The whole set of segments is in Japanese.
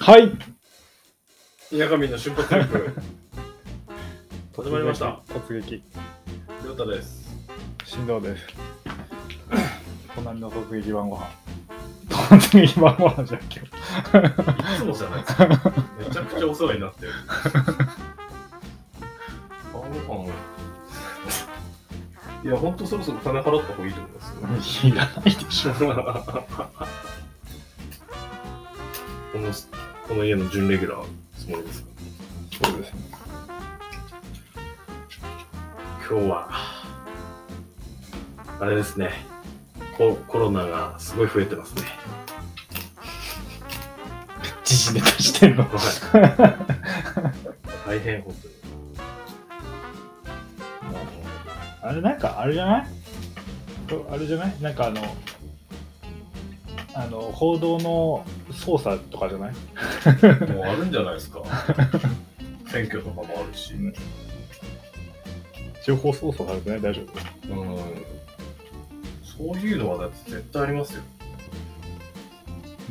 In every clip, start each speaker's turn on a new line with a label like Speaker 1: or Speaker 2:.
Speaker 1: はい
Speaker 2: 田舎民の出発力 始まりました
Speaker 1: 突撃
Speaker 2: りょうたです
Speaker 1: 振動 です隣の突撃晩ご飯突撃晩ご飯じゃん今日
Speaker 2: いつもじゃないです かめちゃくちゃお世話になってる晩ご飯いやほんとそろそろ金払った方がいいと思いますよ
Speaker 1: いらないで しょ
Speaker 2: このこの家の準レギュラーつもりですか
Speaker 1: そうですね
Speaker 2: 今日はあれですねココロナがすごい増えてますね
Speaker 1: 時事ネタしてんの
Speaker 2: はい。大変、本当に。
Speaker 1: あれなんかあれじゃないとあれじゃないなんかあのあの報道の捜査とかじゃない
Speaker 2: もうあるんじゃない ですか。選挙とかもあるし。うん。
Speaker 1: 情報操作されてない大丈夫
Speaker 2: そういうのはだって絶対ありますよ。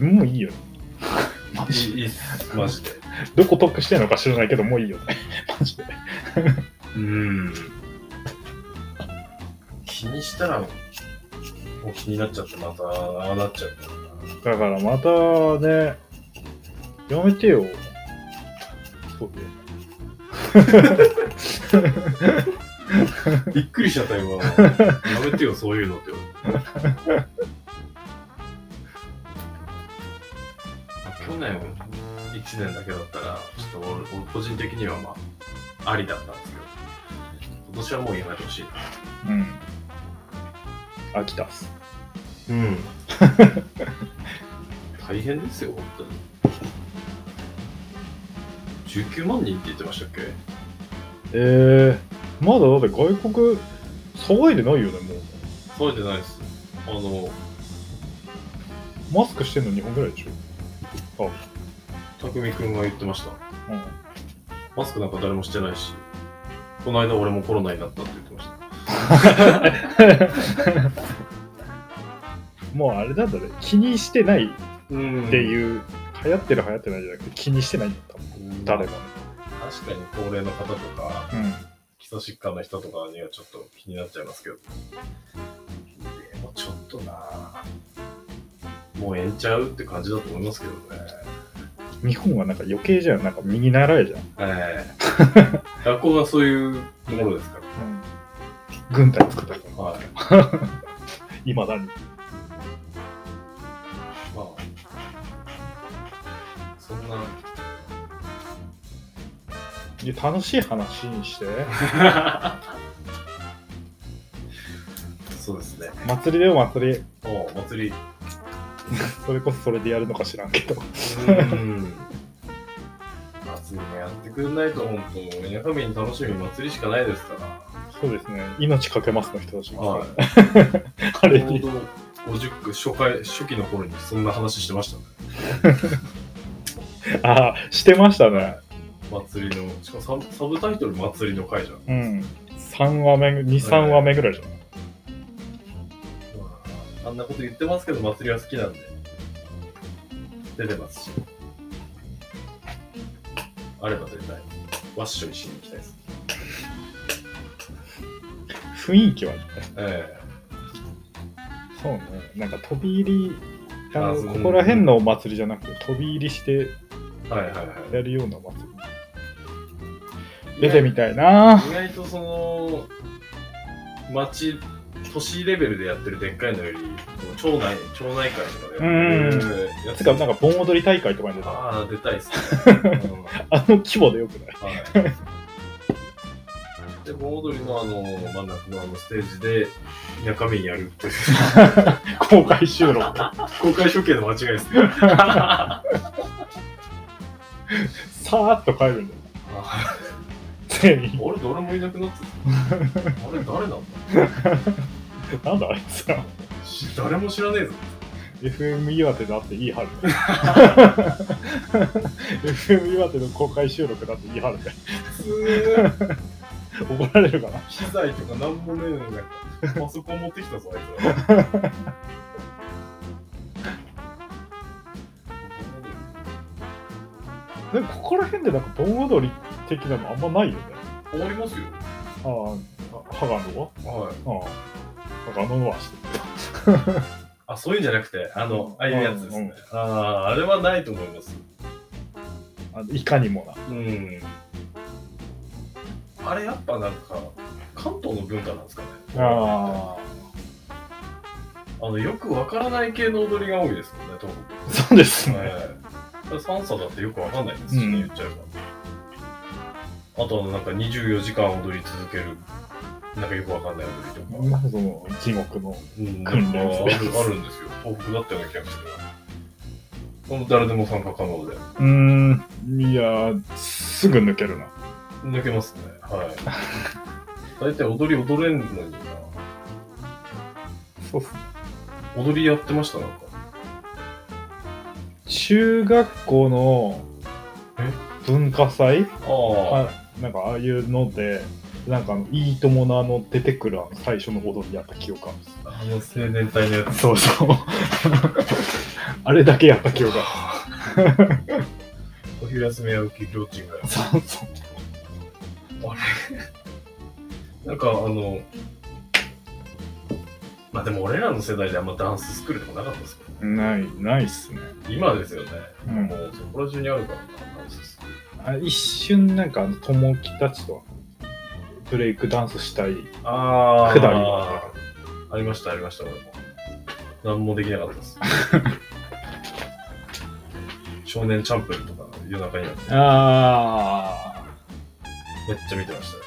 Speaker 1: もういいよマ
Speaker 2: い
Speaker 1: ジ
Speaker 2: いっす、マジで。
Speaker 1: どこ得してんのか知らないけどもういいよね マジで
Speaker 2: うん。気にしたら、もう気になっちゃって、また、ああなっちゃうか
Speaker 1: だ
Speaker 2: ら
Speaker 1: からまたね、やめてよ。そうね
Speaker 2: な。びっくりしちゃった、今。やめてよ、そういうのって言われて。去年、1年だけだったら、ちょっと俺、俺個人的にはまあ、ありだったんですけど、今年はもうやめてほしいな。
Speaker 1: うん。飽きたっす。
Speaker 2: うん。大変ですよ、本当に。19万人って言ってましたっけ
Speaker 1: えー、まだだって外国、騒いでないよね、もう。
Speaker 2: そうじゃないです。あの、
Speaker 1: マスクしてんの日本ぐらいでしょ。あ、
Speaker 2: 匠くんが言ってました。
Speaker 1: うん。
Speaker 2: マスクなんか誰もしてないし、この間俺もコロナになったって言ってました。
Speaker 1: もうあれなんだね、気にしてないっ
Speaker 2: うん
Speaker 1: ていう、流行ってる流行ってないじゃなくて気にしてないんだった。誰もね。
Speaker 2: 確かに高齢の方とか、
Speaker 1: うん。
Speaker 2: 基礎疾患の人とかにはちょっと気になっちゃいますけど。でもちょっとなぁもうええんちゃうって感じだと思いますけどね。
Speaker 1: 日本はなんか余計じゃん、なんか右習えじゃん。
Speaker 2: ええ学校がそういうところですか。
Speaker 1: うん。軍隊作ったりとから
Speaker 2: はい。
Speaker 1: いまだに。
Speaker 2: まあ、そんな。
Speaker 1: いや楽しい話にして。
Speaker 2: そうですね。
Speaker 1: 祭りだよ、祭り。
Speaker 2: おう祭り。
Speaker 1: それこそそれでやるのか知らんけど。
Speaker 2: うん。祭りもやってくれないと、本当、田舎民に楽しみ祭りしかないですから。
Speaker 1: そうですね。命かけますの人たちが。
Speaker 2: はい。
Speaker 1: あれ
Speaker 2: ちょう
Speaker 1: に。
Speaker 2: ど50区初回初期の頃にそんな話してましたね
Speaker 1: ああ、してましたね。
Speaker 2: 祭りのしかもサブサブタイトル「祭りの会」じゃん
Speaker 1: うん。3話目、2、3話目ぐらいじゃん。
Speaker 2: まああんなこと言ってますけど祭りは好きなんで出てますしあれば絶対ワッショイしに行きたいです
Speaker 1: 雰囲気はね。
Speaker 2: え
Speaker 1: そうね。なんか飛び入り、あ
Speaker 2: あ
Speaker 1: の
Speaker 2: そう
Speaker 1: ここら辺のお祭りじゃなくて、飛び入りして
Speaker 2: えはいはいは
Speaker 1: やるようなお祭り。
Speaker 2: い
Speaker 1: 出てみたいな。
Speaker 2: 意外とその町都市レベルでやってるでっかいのより町内町内会とかでやってるや
Speaker 1: つ
Speaker 2: つ
Speaker 1: か、なんか盆踊り大会とかに出た。あ
Speaker 2: ああ出たいですね、うん
Speaker 1: の規模でよくない
Speaker 2: はい。で、盆踊りのあの真ん中のあのステージで、中身やるっていう、
Speaker 1: 公開収録。
Speaker 2: 公開処刑の間違いですね。
Speaker 1: さーっと帰るんだよ。
Speaker 2: あ
Speaker 1: 全員。
Speaker 2: れ、誰もいなくなってた。あれ、誰なんだ
Speaker 1: なんだあいつら。
Speaker 2: し誰も知らねえぞ。
Speaker 1: FM 岩手だって言い 張るね。FM 岩手の公開収録だって言い張るね。
Speaker 2: 普通、
Speaker 1: 怒られるかな。
Speaker 2: 機材とかなんもねえのに、パソコン持ってきたぞ、あいつら。
Speaker 1: で
Speaker 2: 盆踊り
Speaker 1: もここら辺でなんか盆踊り的なのあんまないよね
Speaker 2: 終わりますよ。
Speaker 1: あああハガンの
Speaker 2: はい。
Speaker 1: はああハガンのはして
Speaker 2: あ、そういうんじゃなくて、あ
Speaker 1: うん
Speaker 2: の、ああいうやつですね。ああ、あれはないと思います。
Speaker 1: あのいかにもな
Speaker 2: うん。あれやっぱなんか、関東の文化なんですかね。
Speaker 1: あ
Speaker 2: あの、よくわからない系の踊りが多いですもんね、東
Speaker 1: あそうです
Speaker 2: 北。
Speaker 1: ね、
Speaker 2: はい。サンサだってよくわかんないですしね、
Speaker 1: うん
Speaker 2: 言っちゃえば。あとあの、なんか24時間踊り続ける、なんかよくわかんない踊りと
Speaker 1: な
Speaker 2: か。
Speaker 1: んかその地獄の
Speaker 2: うん、
Speaker 1: 訓練
Speaker 2: まああ
Speaker 1: する
Speaker 2: るあるんですよ。東北だったような気がするな。誰でも参加可能で。
Speaker 1: うーんいやーすぐ抜けるな
Speaker 2: 抜けますね。はい。 大体踊り踊れんのにな。
Speaker 1: そうっすね
Speaker 2: 踊りやってました、なんか。
Speaker 1: 中学校の文化祭
Speaker 2: ああ。
Speaker 1: あなんかああいうのでなんかあのいいとものあの出てくるあの最初の踊りやった記憶あるんです
Speaker 2: あの青年隊のやつ。
Speaker 1: そうそうあれだけやった記憶あ
Speaker 2: お昼休みは浮きょうちんが。
Speaker 1: るそうそう
Speaker 2: なんかあの、まあでも俺らの世代であんまダンススクールとかなかったですからね
Speaker 1: ないないっすね
Speaker 2: 今ですよね。
Speaker 1: うん
Speaker 2: もうそこら中にあるからな、ダンススクール。
Speaker 1: あ一瞬なんかあの友樹たちとブレイクダンスしたい
Speaker 2: あ
Speaker 1: くだりが
Speaker 2: ありました、ありました、俺も。何もできなかっ たです。少年チャンプルとか夜中にやって
Speaker 1: あ
Speaker 2: めっちゃ見てましたね。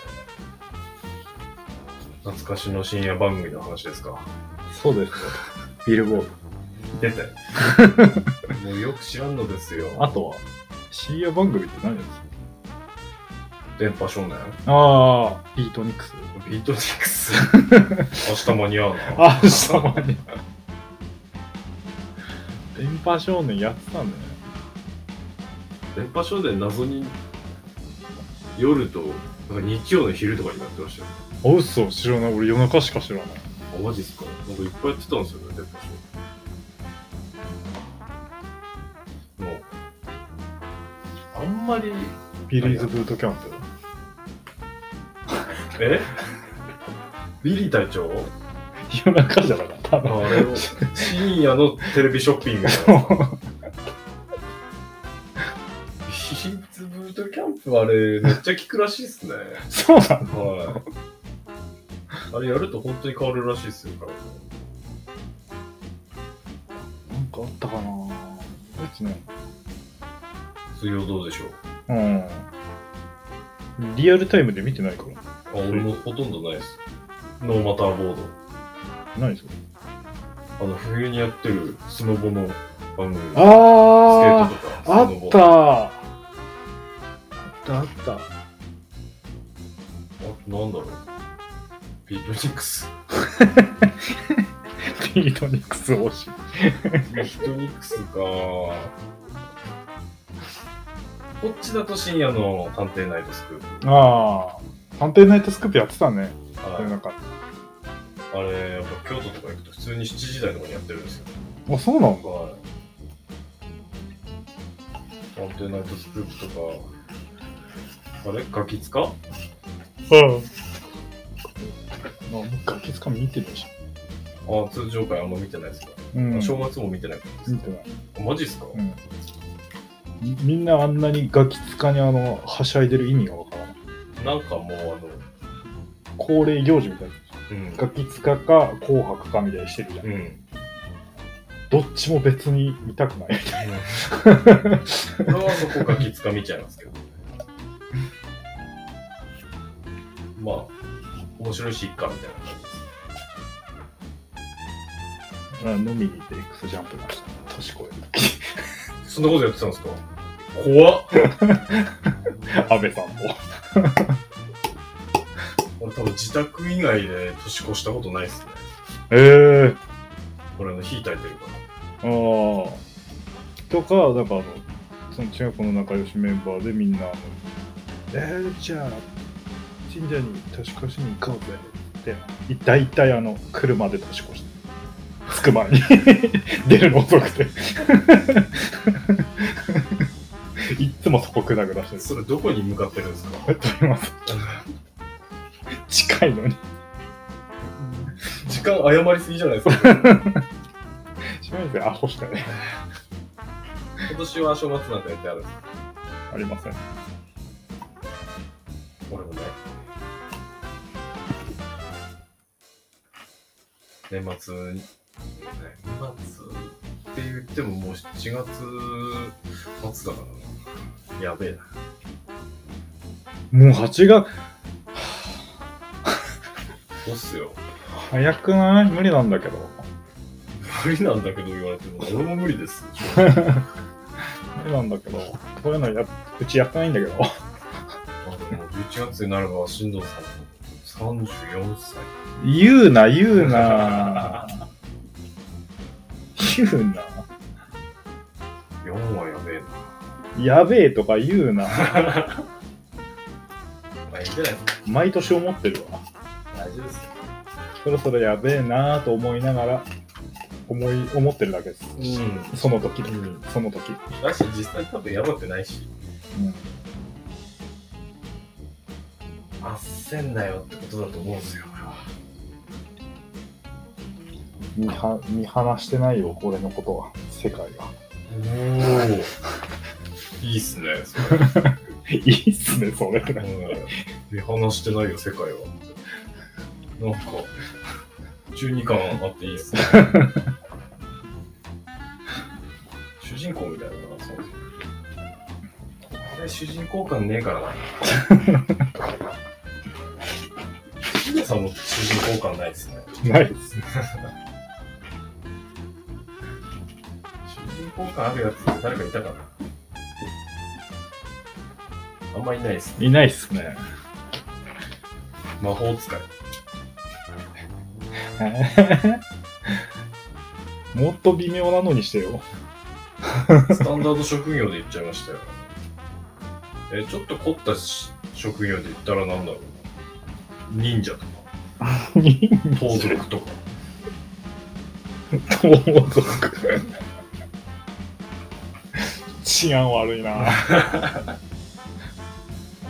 Speaker 2: 懐かしの深夜番組の話ですか。
Speaker 1: あそうですよビルボー
Speaker 2: 出 て。もうよく知らんのですよ。
Speaker 1: ドあとは深夜番組って何ですか
Speaker 2: 電波少年
Speaker 1: ああビートニックス
Speaker 2: ビートニックス。 明日間に合うな。
Speaker 1: あ下まに電波少年やってたんだよね
Speaker 2: 電波少年謎に夜と、なんか日曜の昼とかになってましたよ。
Speaker 1: あ嘘知らない俺夜中しか知らない
Speaker 2: あ、マジっすかなんかいっぱいやってたんですよね、電波少年。もう、あんまり、
Speaker 1: ビリーズブートキャンプ
Speaker 2: えビリー隊長
Speaker 1: 夜中じゃなかった多
Speaker 2: あ
Speaker 1: 分
Speaker 2: れを深夜のテレビショッ ピング。ビリーズブートキャンプあれ、めっちゃ効くらしいっすね。
Speaker 1: そうなの
Speaker 2: はい。あれやると本当に変わるらしいですよ、体
Speaker 1: なんかあったかなうちね
Speaker 2: 水曜どうでしょう
Speaker 1: うんリアルタイムで見てないか
Speaker 2: あ、俺もほとんどないです。ノーマターボード。
Speaker 1: ら何それ
Speaker 2: あの、冬にやってるスノボの番組。スケー
Speaker 1: あ
Speaker 2: トとか。
Speaker 1: ああ
Speaker 2: スノボ
Speaker 1: ったあったあった
Speaker 2: あなんだろう。ビートニックス。
Speaker 1: ビートニックス推し
Speaker 2: ビートニックスか。こっちだと深夜の探偵ナイトスクープ。
Speaker 1: ああ探偵ナイトスクープやってたね
Speaker 2: は
Speaker 1: 夜
Speaker 2: い。
Speaker 1: 中
Speaker 2: あれ、やっぱ京都とか行くと普通に7時台とかにやってるんですよ。
Speaker 1: あそうなんだ
Speaker 2: はい。探偵ナイトスクープとか、あれガキツカ
Speaker 1: うんなんか月間見てるでし
Speaker 2: あ通常回あんま見てないですか、
Speaker 1: ょうん
Speaker 2: 正月も見てないか
Speaker 1: 見てない
Speaker 2: らマジっすか、
Speaker 1: うんみみんなあんなにガキつかにあのはしゃいでる意味がわからない
Speaker 2: なんかもうあの、
Speaker 1: 恒例行事みたいな
Speaker 2: うん。
Speaker 1: ガキつかか紅白かみたいにしてるじゃん、
Speaker 2: うん。
Speaker 1: どっちも別に見たくない
Speaker 2: 俺はそこガキツカ見ちゃいますけど。まあ、面白いし、いっか、みたいな感じです。
Speaker 1: あ飲みに行って X ジャンプ出した年越え
Speaker 2: そんなことやってたんですか怖っ
Speaker 1: の時安倍さんと
Speaker 2: 俺多分自宅以外で年越したことないっすね。
Speaker 1: ええ
Speaker 2: 俺あの、火焚いてるから。
Speaker 1: ああとかだからあのその中学校の仲良しメンバーでみんなあの「えー、じゃあ神社に年越しに行こうぜ」ってい大体あの車で年越して着く前 に出るの遅くて いっつもそこグダグダしてる。
Speaker 2: それどこに向かってるんですか
Speaker 1: こうやっております。近いのに。
Speaker 2: 時間誤りすぎじゃない ですか
Speaker 1: しまいでアホしかね、
Speaker 2: 今年は正月なんかやってあるんですか
Speaker 1: ありません。
Speaker 2: 俺もね年末にね年末って言ってももう7月末だからなやべえな
Speaker 1: もう8月、
Speaker 2: そうっすよ
Speaker 1: 早くない無理なんだけど。
Speaker 2: 無理なんだけど言われても俺も無理です
Speaker 1: 無理なんだけど、そういうのや、うちやってないんだけど。
Speaker 2: あでも11月になれば進藤さんも34歳
Speaker 1: 言うな、言うな。 言うな。
Speaker 2: 4はやべえな
Speaker 1: やべえとか言うな。
Speaker 2: まあいいんじゃないですか
Speaker 1: 毎年思ってるわ。
Speaker 2: 大丈夫です
Speaker 1: そろそろやべえなぁと思いながら、思い、思ってるだけです。その時
Speaker 2: う、ん
Speaker 1: その時。
Speaker 2: だし実際多分やばくないしあっせんなよってことだと思うんですよ俺
Speaker 1: 見
Speaker 2: は
Speaker 1: は見放してないよ、俺のことは。世界が。
Speaker 2: おおいいっすねそれ、
Speaker 1: いいっすね、それ。
Speaker 2: うん、見放してないよ世界はなんか12巻あっていいっすね主人公みたいだなそうあれ主人公感ねえからな皆さんも主人公感ないですね
Speaker 1: ないです。
Speaker 2: 主人公感あるやつって誰かいたかなあんまいないですね。
Speaker 1: いないっす ね。
Speaker 2: 魔法使い。
Speaker 1: もっと微妙なのにしてよ。
Speaker 2: スタンダード職業で言っちゃいましたよ。え、ちょっと凝ったし職業で言ったらなんだろうな。忍者とか、盗賊とか。
Speaker 1: 盗賊。 治安悪いな。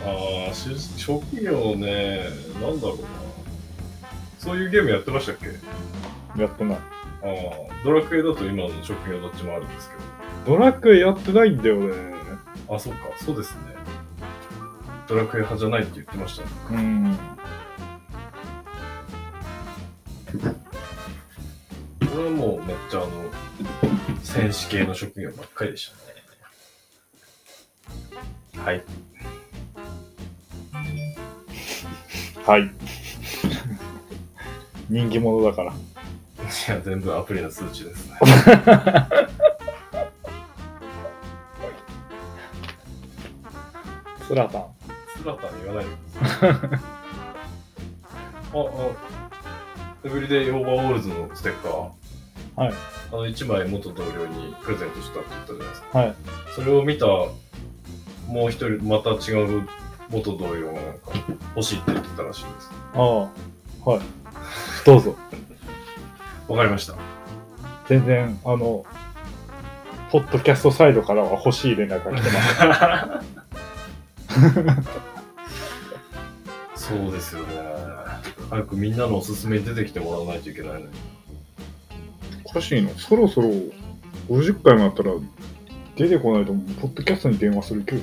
Speaker 2: ああ、し職業ね、なんだろうな。そういうゲームやってましたっけ
Speaker 1: やってない。
Speaker 2: ああ、ドラクエだと今の職業どっちもあるんですけど。
Speaker 1: ドラクエやってないんだよね。
Speaker 2: あ、そうか、そうですね。ドラクエ派じゃないって言ってました
Speaker 1: う
Speaker 2: ね。
Speaker 1: ん。
Speaker 2: これはもうめっちゃあの、戦士系の職業ばっかりでしたね。はい。
Speaker 1: はい。 人気者だから。
Speaker 2: いや、全部アプリの数値ですね。
Speaker 1: スラタン。
Speaker 2: スラタン 言わないでください。あ、あ、エブリデイオーバーオールズのステッカー。
Speaker 1: はい。
Speaker 2: あの、1枚元同僚にプレゼントしたって言ったじゃないですか。
Speaker 1: はい。
Speaker 2: それを見た、もう一人、また違う元同僚がなんか欲しいって言ってたらしいです。
Speaker 1: ああ。はい。どうぞ。
Speaker 2: わかりました。
Speaker 1: 全然、あの、ポッドキャストサイドからは欲しい連絡が来てます。
Speaker 2: そうですよね。早くみんなのおすすめに出てきてもらわないといけないね。
Speaker 1: おかしいのそろそろ50回もやったら出てこないと、ポッドキャストに電話するけど、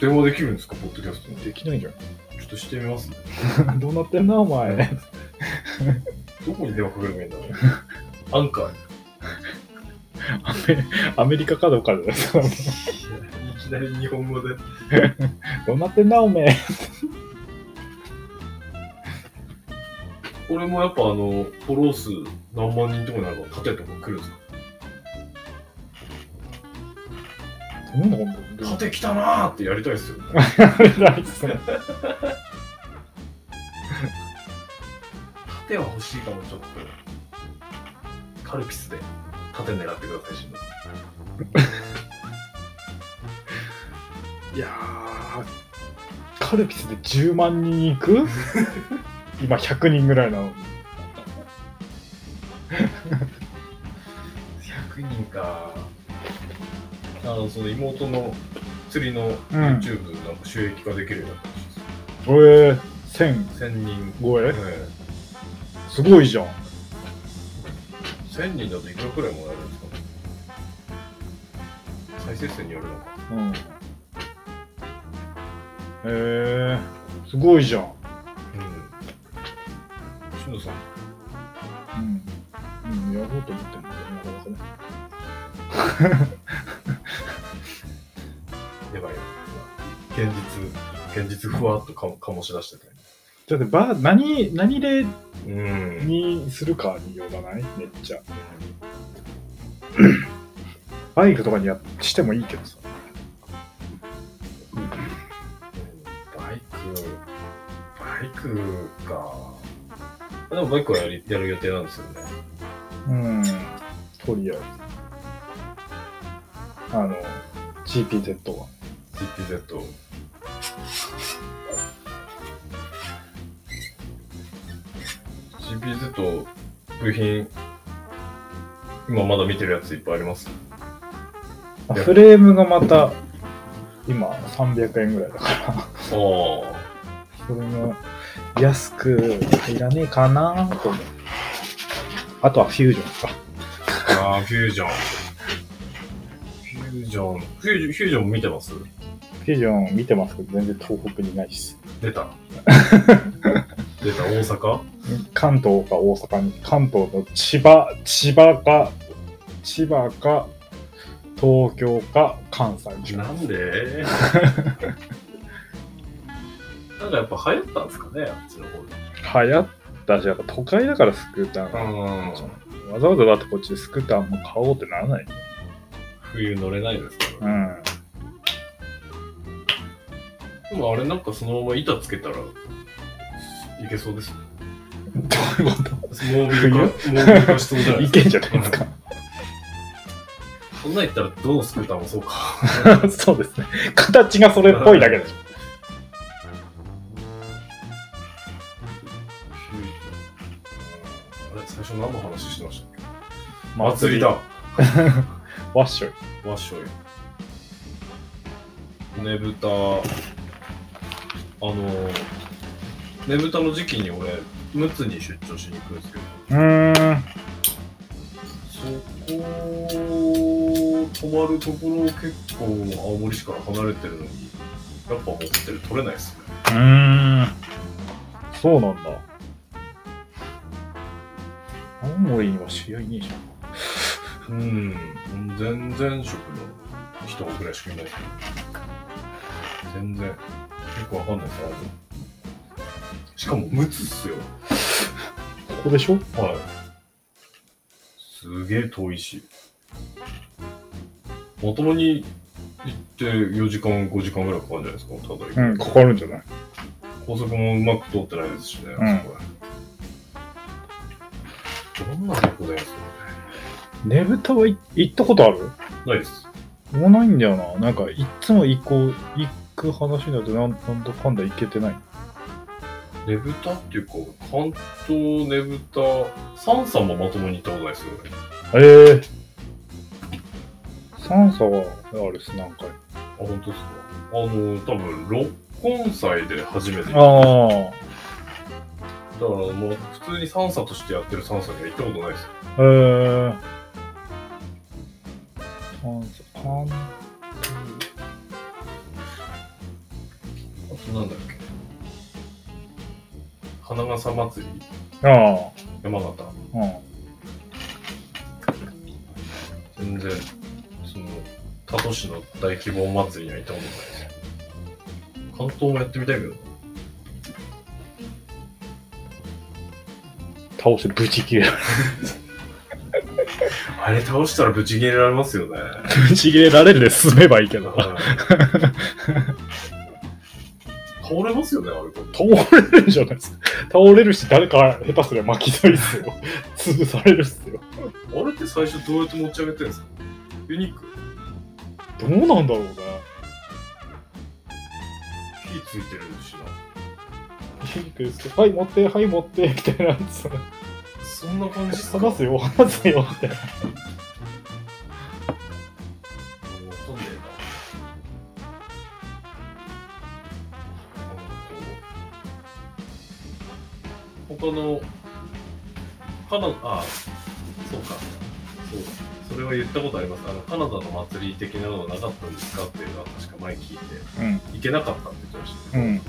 Speaker 2: 電話できるんですか、ポッドキャストに。ち
Speaker 1: できないじゃ
Speaker 2: ょっとしてみます、ね、
Speaker 1: ん。 どうなってんだ、お前。
Speaker 2: どこに電話かければいいんだろう。 アンカーに。
Speaker 1: アメリカかどうかじゃないですか。
Speaker 2: いきなり日本語で。
Speaker 1: どうなってんだ、おめえ。
Speaker 2: 俺もやっぱあの、フォロー数何万人とかになるから、縦とか来るんですか
Speaker 1: どうなんだ
Speaker 2: 縦来たなーってやりたいですよね。縦は欲しいかも、ちょっと。カルピスで縦狙ってください、し
Speaker 1: いやー、カルピスで10万人いく今100人ぐらいなのに。
Speaker 2: 100人かあのその妹の釣りの
Speaker 1: うん
Speaker 2: YouTube なんか収益化できるようになったらしいです
Speaker 1: えー、1000
Speaker 2: 1000人
Speaker 1: 超え
Speaker 2: ええ
Speaker 1: すごいじゃん。
Speaker 2: 1000人だといくらくらいもらえるんですかね再生数によるのか
Speaker 1: うん。えー、すごいじゃん。
Speaker 2: うんしのさん
Speaker 1: うん。うん、やろうと思ってるんだよ、なかなかね。
Speaker 2: やばいよ現実現実ふわっとか醸し出してて
Speaker 1: だってバー、何、何例
Speaker 2: うん
Speaker 1: にするかによらないめっちゃ。バイクとかにやしてもいいけどさ。
Speaker 2: バイクバイクかでもバイクはやりやる予定なんですよね
Speaker 1: うん。とりあえず。あの、GPZ は。
Speaker 2: GPZ 部品今まだ見てるやついっぱいあります
Speaker 1: あフレームがまた、今、300円ぐらいだから。
Speaker 2: ああ
Speaker 1: それも安くいらねえかなと思う。あとはフュージョンか。
Speaker 2: あーフュージョンフュージョンフュージョンフュージョン見てます
Speaker 1: フュージョン見てますけど、全然東北にないし。
Speaker 2: 出 た出た大阪
Speaker 1: 関東か大阪に、関東と千葉、千葉か、千葉か、東京か、関西に
Speaker 2: なん でなんかやっぱ流行ったんですかねあっちの方で
Speaker 1: 流行ったし、やっぱ都会だからスクーターが。
Speaker 2: うん
Speaker 1: わざわざだってこっちでスクーターも買おうってならない。
Speaker 2: 冬乗れないですから、
Speaker 1: ん。
Speaker 2: でもあれなんかそのまま板つけたらいけそうですね
Speaker 1: どういうこと
Speaker 2: モービル化モービル化しそうじゃない
Speaker 1: いけんじゃないですか。
Speaker 2: そんなん言ったらどのスクーターもそうか
Speaker 1: そうですね。形がそれっぽいだけでしょ。
Speaker 2: あれ最初何の話してましたっけ祭りだ。
Speaker 1: ワッショイ。
Speaker 2: わっしょいねぶたあのねぶたの時期に俺陸奥に出張しに行くんですけど
Speaker 1: うーん。
Speaker 2: そこ泊まるところ結構青森市から離れてるのにやっぱホテル取れないっすね
Speaker 1: うーん。そうなんだ。青森には知り合いねえじ
Speaker 2: うん全然職の人ぐらいしかいない全然結構わかんないですあれしかも陸奥っすよ
Speaker 1: ゃん。ここでしょ
Speaker 2: はいすげえ遠いしまともに行って4時間5時間ぐらいかかるんじゃないですかただ行く
Speaker 1: うん、かかるんじゃない
Speaker 2: 高速もうまく通ってないですしね、
Speaker 1: うん
Speaker 2: あそこはどんなとこだよ、そ
Speaker 1: ねぶたはい行ったことある
Speaker 2: れ。ないです。
Speaker 1: もうないんだよな。なんか、いっつも行こう、行く話になって、なんなんだかんだ行けてない。
Speaker 2: ねぶたっていうか、関東ねぶた、サンサもまともに行ったことないですよね。
Speaker 1: ええ三差は、あれです、何回。
Speaker 2: あ、本当ですか。あの、多分、六根祭で初めて行った。だか
Speaker 1: あ
Speaker 2: らもう、普通にサンサとしてやってるサンサには行ったことないですよ。
Speaker 1: あ、ええ三差、関
Speaker 2: あと、なんだっけ。花笠祭り、
Speaker 1: ああ、
Speaker 2: 山形。
Speaker 1: うん。
Speaker 2: 全然、その、他都市の大規模お祭りには行ったことないですね。関東もやってみたいけど、
Speaker 1: 倒してブチ切れられ
Speaker 2: あれ倒したらブチ切れられますよね。
Speaker 1: る。ブチ切れられるで済めばいいけど。
Speaker 2: 倒れますよね、あれこ
Speaker 1: 倒れるじゃないですか。倒れるし、誰か下手すりゃ巻きたいっすよ。潰されるっすよ。
Speaker 2: れ。あれって最初どうやって持ち上げてるんですかユニーク
Speaker 1: どうなんだろうね。
Speaker 2: 火ついてるしな。
Speaker 1: ピンクですけ どはい、持って、はい、持って、みたいなやつ。
Speaker 2: そんな感じっすか
Speaker 1: 話すよ、話すよ、って。
Speaker 2: もうわかんねえな。他の、カナダ、あ、そうか。そうだ。それは言ったことあります。あの、カナダの祭り的なのはなかったんですかっていうのは確か前聞いて、
Speaker 1: うん。
Speaker 2: 行けなかったって言ってました
Speaker 1: う
Speaker 2: ね。
Speaker 1: ん。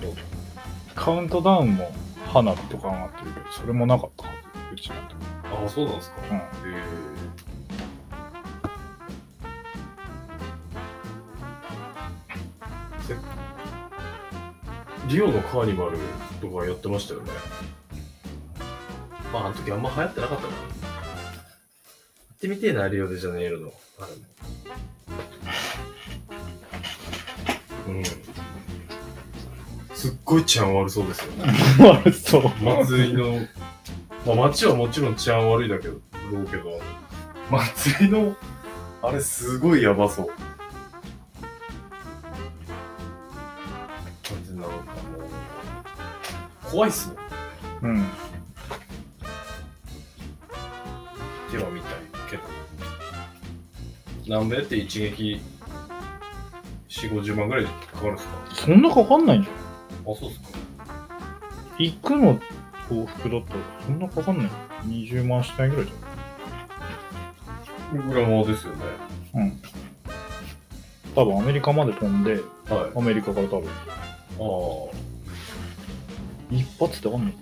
Speaker 2: そうか。
Speaker 1: カウントダウンも花火とか上がってるけど、それもなかったはず。うちなんて。
Speaker 2: ああ、そうなんですか。
Speaker 1: うん
Speaker 2: へえ。せリオのカーニバルとかやってましたよね。まあ、あの時あんま流行ってなかったから。行ってみてえな、リオデジャネイロの。あれもうん。すっごい治安悪そうですよね。
Speaker 1: 悪そう。
Speaker 2: 祭りの、まあ、街はもちろん治安悪いだけど、ろうけど、祭りの、あれすごいやばそう。だってなんかもう、怖いっすね。
Speaker 1: うん。
Speaker 2: 手は見たいけど。南米って一撃、四五十万ぐらいかかるんですかあ、
Speaker 1: そんなかかんないんじゃん。
Speaker 2: そうっすか。
Speaker 1: 行くの往復だったらそんなかかんない。20万したいぐらいじ
Speaker 2: グラマーですよね。
Speaker 1: ゃん。うん。多分アメリカまで飛んで、
Speaker 2: はい。
Speaker 1: アメリカから多分、
Speaker 2: ああ。
Speaker 1: 一発ってあんの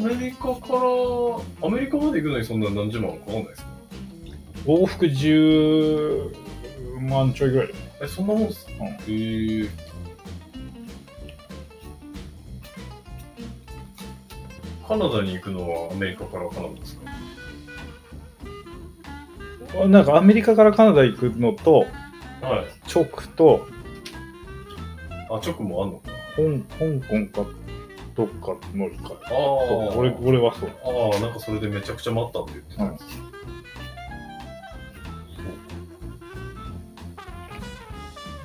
Speaker 2: アメリカから、アメリカまで行くのにそんな何十万もかかんないですか
Speaker 1: 往復10万ちょいぐらいだよ
Speaker 2: え、そんなもんっすか
Speaker 1: うん
Speaker 2: へーカナダに行くのはアメリカからカナダですか
Speaker 1: あなんかアメリカからカナダ行くのと、
Speaker 2: はい。
Speaker 1: 直と、
Speaker 2: あ、直もあんのか
Speaker 1: 香香港かどっか乗り換え。
Speaker 2: ああ。
Speaker 1: 俺俺はそう。
Speaker 2: ああ、なんかそれでめちゃくちゃ待ったって言ってたんです。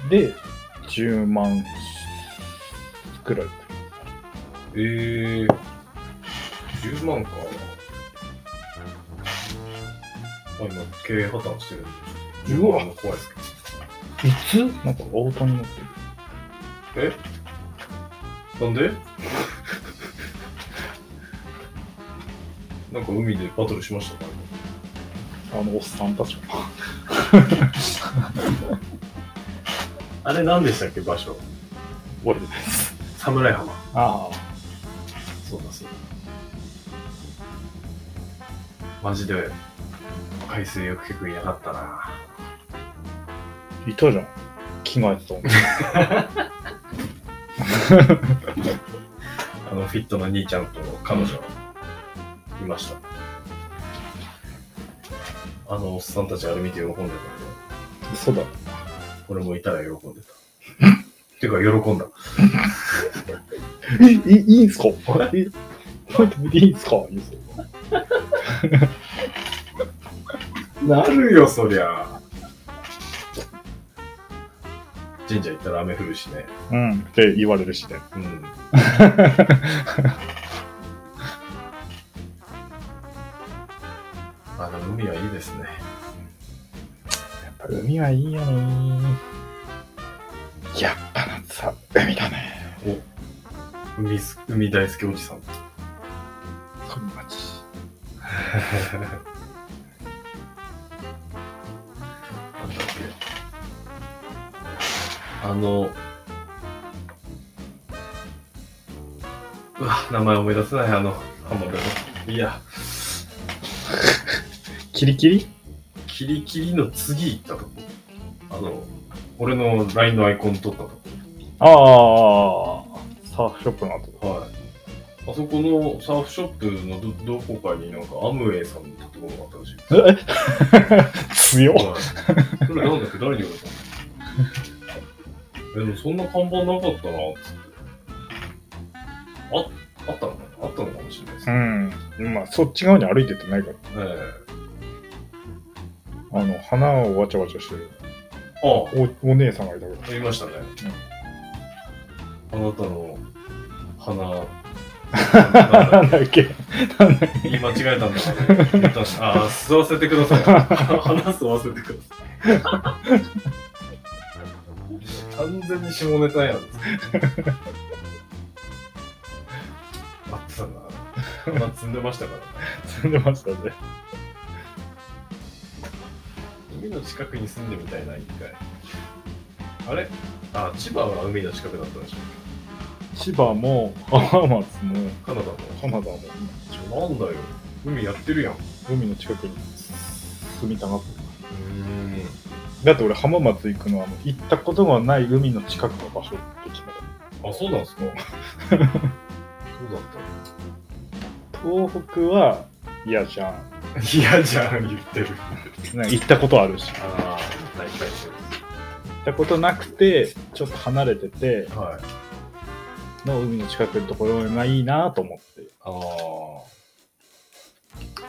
Speaker 1: で、10万くらい。
Speaker 2: ええー。10万か。あ、今、経営破綻してるんで。
Speaker 1: うわ
Speaker 2: 10万怖いっすけど。
Speaker 1: いつなんか青田になってる。
Speaker 2: なんで なんか海でバトルしましたか
Speaker 1: あのおっさんたちが。
Speaker 2: あれ何でしたっけ場所
Speaker 1: 俺です。
Speaker 2: 侍浜
Speaker 1: あ
Speaker 2: そうだそうだマジで海水浴客いなかったな
Speaker 1: あ、いたじゃん。着替えてたもん。
Speaker 2: あのフィットの兄ちゃんと彼女いました、あのおっさんたちあれ見て喜んでたけど
Speaker 1: そうだ。
Speaker 2: 俺もいたら喜 んでたてか喜んだ
Speaker 1: え、いいいんすかえ、入ってみていいんすか言うて
Speaker 2: なるよ、そりゃ。神社行ったら雨降るしね。
Speaker 1: うん。って言われるしね。
Speaker 2: うん。あ、でも海はいいですね。
Speaker 1: やっぱ海はいいよね。やっぱ夏は海だね。
Speaker 2: 海す、海大好きおじさん。
Speaker 1: そんなち。
Speaker 2: なんだっけ。あの、うわ、名前思い出せない、あの、浜辺の。いや、
Speaker 1: キリキリ
Speaker 2: キリキリの次行ったとこ。あの、俺の LINE のアイコン撮ったと
Speaker 1: ああ、サーフショップの後だ。
Speaker 2: こ。はい。あそこのサーフショップのどどこかになんかアムウェイさんの建物があったらしいです。
Speaker 1: 強っ。
Speaker 2: はいそれなんだっけ誰に言われたのえ、でもそんな看板なかったな、つって。あ、あったのかなあったのかもしれないです
Speaker 1: う
Speaker 2: ね。
Speaker 1: ん。まあ、そっち側に歩いてってないか
Speaker 2: え
Speaker 1: ら。あの、花をわちゃわちゃしてる
Speaker 2: えあ
Speaker 1: おお姉さんがいたけど。
Speaker 2: あ、見ましたね。あなたの鼻、なん
Speaker 1: な
Speaker 2: だ
Speaker 1: んだっけなんだっ
Speaker 2: 言い間違えたんだから、言ったしああ、吸わせてください。話吸わせてください。あ完全に下ネタやん。あったな。まあ、積んでましたからね。
Speaker 1: 積んでましたね。
Speaker 2: 海の近くに住んでみたいな、一回。あれあ、千葉は海の近くだったでしょ
Speaker 1: 千葉も浜松も
Speaker 2: カナダも。
Speaker 1: 浜田も
Speaker 2: なんだよ。海やってるやん。う
Speaker 1: 海の近くに住みたがってた
Speaker 2: ん。
Speaker 1: だって俺浜松行くのはあの行ったことがない海の近くの場所って決めた
Speaker 2: あ、そうなん ですかそうだったの
Speaker 1: 東北は嫌じゃん
Speaker 2: 嫌じゃん言ってる
Speaker 1: なんか行ったことあるし行
Speaker 2: ああ大体そう
Speaker 1: ったことなくてちょっと離れてて
Speaker 2: ですはい
Speaker 1: の海の近くのところがいいなと思って
Speaker 2: あ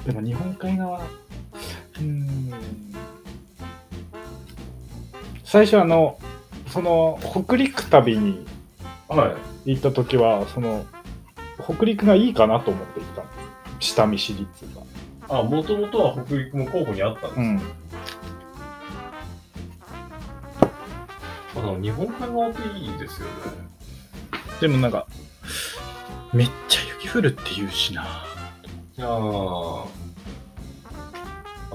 Speaker 2: あ
Speaker 1: でも日本海側うーん最初あのその北陸旅に
Speaker 2: はい
Speaker 1: 行った時はその北陸がいいかなと思って行ったの下見知りっていうか
Speaker 2: あもともとは北陸も候補にあったんです、
Speaker 1: うん
Speaker 2: ただ日本海側っていいですよね
Speaker 1: でもなんか、めっちゃ雪降るって言うしな。
Speaker 2: ああは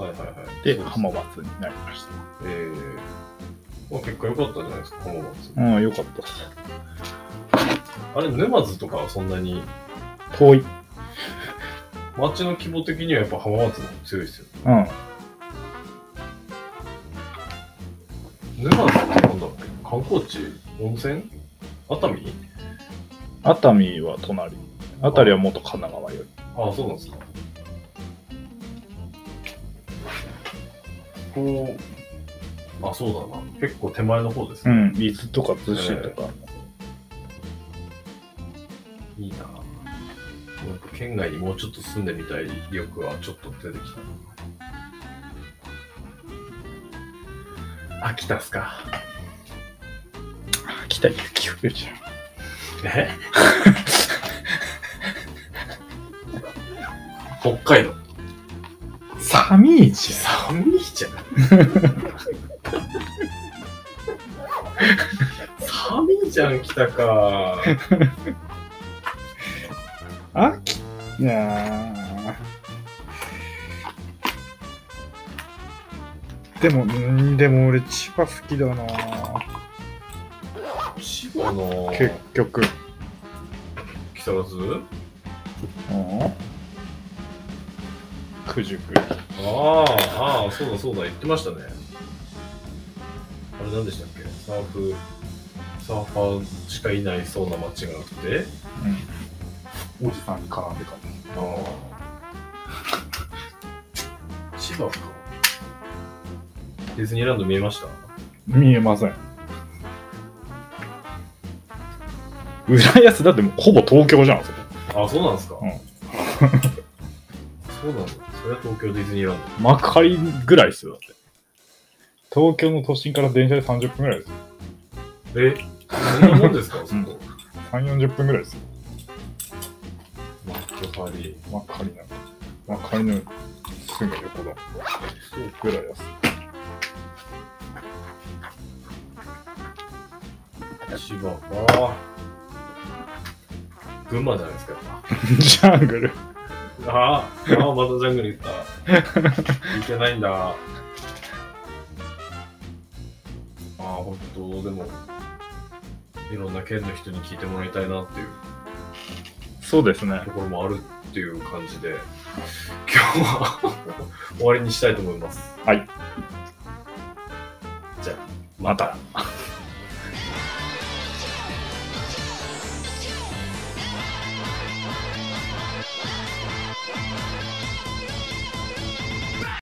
Speaker 2: いはいはい
Speaker 1: で、浜松になりまし
Speaker 2: えーまあ、結果良かったじゃないですか浜松、
Speaker 1: た。うん、よかったっす。
Speaker 2: あれ沼津とかはそんなに
Speaker 1: 遠い。うん。
Speaker 2: 町の規模的にはやっぱ浜松の方が強いですよ沼津ってなんだっけ観光地温泉熱海
Speaker 1: 熱海は隣。熱海は元神奈川より。
Speaker 2: ああ、そうなんですか。こう、あ、そうだな。結構手前の方です
Speaker 1: う
Speaker 2: ね。
Speaker 1: ん、伊豆とか逗子とか。
Speaker 2: いいな。なんか県外にもうちょっと住んでみたい意欲はちょっと出てきた。秋田っすか。
Speaker 1: あ来た雪降るじゃ
Speaker 2: え 北海道。
Speaker 1: ん。寒いじ
Speaker 2: 寒いじゃん。寒いじゃん、来たか。
Speaker 1: ゃん。秋いやーでも、うんでも俺千葉好きだな
Speaker 2: 千葉の
Speaker 1: 結局。
Speaker 2: 木更津
Speaker 1: うん九塾。
Speaker 2: ああ、ああ、そうだそうだ、言ってましたね。あれ何でしたっけサーフ、サーファーしかいないそうな街があって。
Speaker 1: うん。おじさんに絡んでか
Speaker 2: ああ。 千葉か。ディズニーランド見えました
Speaker 1: 見えません。浦安だってもうほぼ東京じゃん、そこ
Speaker 2: あ、そうなんですか。
Speaker 1: うん
Speaker 2: そうなんだ。それは東京ディズニーラン
Speaker 1: まかりぐらいっすよ、だって。東京の都心から電車で30分ぐらいですよ。
Speaker 2: ド。え、そんなもんですかそこ。
Speaker 1: うん
Speaker 2: 幕
Speaker 1: 3、40分ぐらいですよ。
Speaker 2: 張。
Speaker 1: まかりな。まかりのすぐ横だ。
Speaker 2: そう
Speaker 1: ぐらいです。
Speaker 2: 千葉か。群馬じゃないですか。やっ
Speaker 1: ジャングル。
Speaker 2: ぱあーあー、またジャングル行 った。行けないんだ。ああ、本当でも、いろんな県の人に聞いてもらいたいなっていう。
Speaker 1: そうですね。
Speaker 2: ところもあるっていう感じで、今日は終わりにしたいと思います。
Speaker 1: はい。
Speaker 2: じゃあ、
Speaker 1: また。